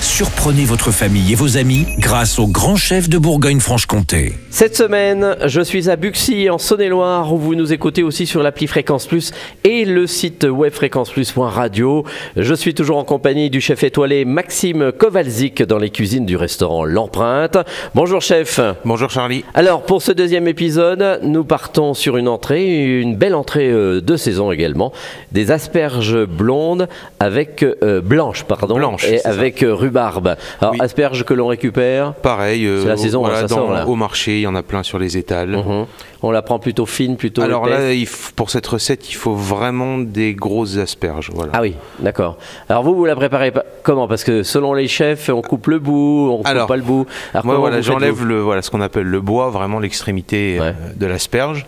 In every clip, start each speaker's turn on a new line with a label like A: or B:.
A: Surprenez votre famille et vos amis grâce au grand chef de Bourgogne-Franche-Comté.
B: Cette semaine, je suis à Buxy en Saône-et-Loire où vous nous écoutez aussi sur l'appli Fréquence Plus et le site web fréquenceplus.radio. Je suis toujours en compagnie du chef étoilé Maxime Kowalczyk dans les cuisines du restaurant L'Empreinte. Bonjour chef.
C: Bonjour Charlie.
B: Alors pour ce deuxième épisode, nous partons sur une entrée, une belle entrée euh, de saison également, des asperges blondes avec euh, blanches pardon
C: Blanches,
B: et
C: c'est ça.
B: avec euh, rhubarbe. Alors
C: Oui.
B: asperges que l'on récupère,
C: Pareil, euh,
B: C'est la saison,
C: voilà,
B: hein, ça
C: dans-
B: sort, là.
C: au marché, il y en a plein sur les étals.
B: Mhm. on la prend plutôt fine, plutôt
C: Alors
B: épaisse.
C: là, il f- pour cette recette, il faut vraiment des grosses asperges. Voilà.
B: Ah oui, d'accord. Alors vous, vous la préparez pas comment Parce que selon les chefs, on coupe le bout, on coupe
C: Alors,
B: pas le bout. Alors
C: Moi,
B: comment
C: voilà,
B: vous faites-vous
C: j'enlève le voilà ce qu'on appelle le bois, vraiment l'extrémité euh,
B: Ouais.
C: de l'asperge,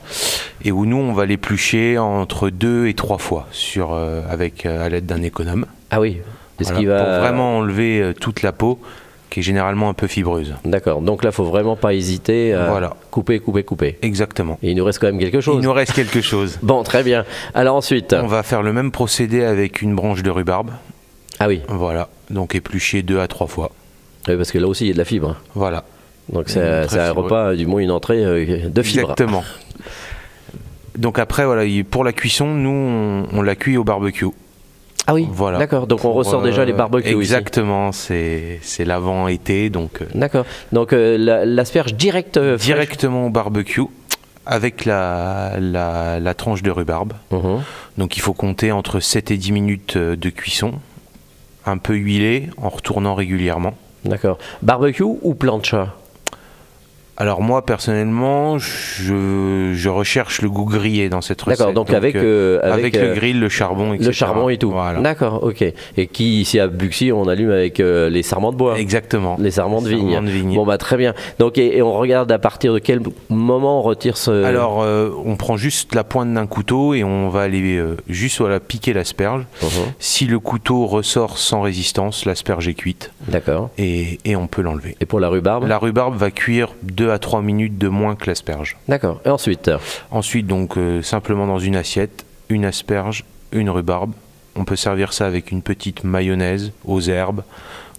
C: et où nous on va l'éplucher entre deux et trois fois sur euh, avec euh, à l'aide d'un économe.
B: Ah oui, c'est ce
C: Voilà,
B: qui va.
C: Pour vraiment enlever euh, toute la peau, qui est généralement un peu fibreuse.
B: D'accord. Donc là, faut vraiment pas hésiter. À
C: Voilà.
B: Couper, couper, couper.
C: Exactement.
B: Et il nous reste quand même quelque
C: Il
B: chose.
C: nous reste quelque chose.
B: Bon, très bien. Alors ensuite.
C: On va faire le même procédé avec une branche de rhubarbe.
B: Ah oui.
C: Voilà, donc épluché deux à trois fois.
B: Oui, parce que là aussi, il y a de la fibre.
C: Voilà.
B: Donc
C: Il y
B: c'est
C: a une
B: c'est un
C: très fibre.
B: repas, du moins une entrée euh, de fibre.
C: Exactement. Donc après, voilà, il- pour la cuisson, nous, on, on la cuit au barbecue.
B: Ah oui.
C: Voilà.
B: D'accord. Donc on
C: Pour,
B: ressort
C: euh,
B: déjà les barbecues ici.
C: Exactement, c'est c'est l'avant-été, donc euh,
B: D'accord. Donc euh, la- l'asperge directe. euh, fraîche.
C: directement au barbecue avec la, la, la tranche de rhubarbe.
B: Mhm.
C: Donc il faut compter entre 7 et 10 minutes euh, de cuisson, un peu huilé, en retournant régulièrement.
B: D'accord. Barbecue ou plancha
C: Alors moi personnellement, je, je recherche le goût grillé dans cette recette.
B: D'accord, donc avec, euh, avec,
C: avec,
B: euh,
C: le grill, le charbon, etc.
B: Le charbon et tout.
C: Voilà.
B: D'accord, ok. Et qui, ici à Buxy, on allume avec euh, les sarments de bois
C: Exactement.
B: Les sarments de vigne.
C: Sarments de vigne.
B: Bon, bah très bien. Donc, et, et on regarde à partir de quel moment on retire ce.
C: Alors euh, on prend juste la pointe d'un couteau et on va aller euh, juste voilà, piquer l'asperge.
B: Mhm.
C: Si le couteau ressort sans résistance, l'asperge est cuite
B: D'accord.
C: et, et on peut l'enlever.
B: Et pour la rhubarbe
C: La rhubarbe va cuire 2 à 3 minutes de moins que l'asperge.
B: D'accord. Et ensuite
C: Ensuite donc euh, simplement dans une assiette, une asperge, une rhubarbe. On peut servir ça avec une petite mayonnaise aux herbes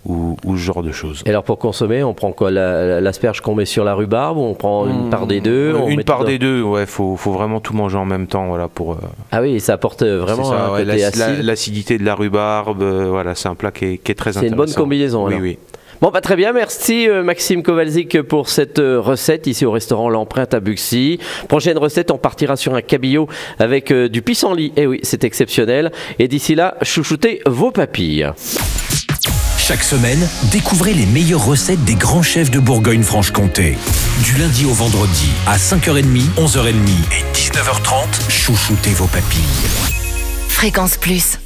C: ou, ou ce genre de choses.
B: Et alors, pour consommer, on prend quoi La- la- L'asperge qu'on met sur la rhubarbe ou on prend une part des deux on
C: Hmm. Euh, Une
B: met
C: part
B: tout
C: des deux, ouais, faut, faut vraiment tout manger en même temps, voilà, pour... euh,
B: dans- Ah oui, ça apporte euh, vraiment
C: c'est ça,
B: un
C: ouais,
B: côté
C: l'ac- la-
B: acide.
C: L'acidité de la rhubarbe, euh, voilà, c'est un plat qui est, qui est très
B: C'est
C: intéressant.
B: une bonne combinaison,
C: Oui,
B: alors.
C: oui.
B: Bon, bah, très bien, merci euh, Maxime Kowalczyk pour cette euh, recette ici au restaurant L'Empreinte à Buxy. Prochaine recette, on partira sur un cabillaud avec euh, du pissenlit. Eh oui, c'est exceptionnel. Et d'ici là, chouchoutez vos papilles.
A: Chaque semaine, découvrez les meilleures recettes des grands chefs de Bourgogne-Franche-Comté. Du lundi au vendredi, à 5h30, 11h30 et 19h30, chouchoutez vos papilles.
D: Fréquence Plus.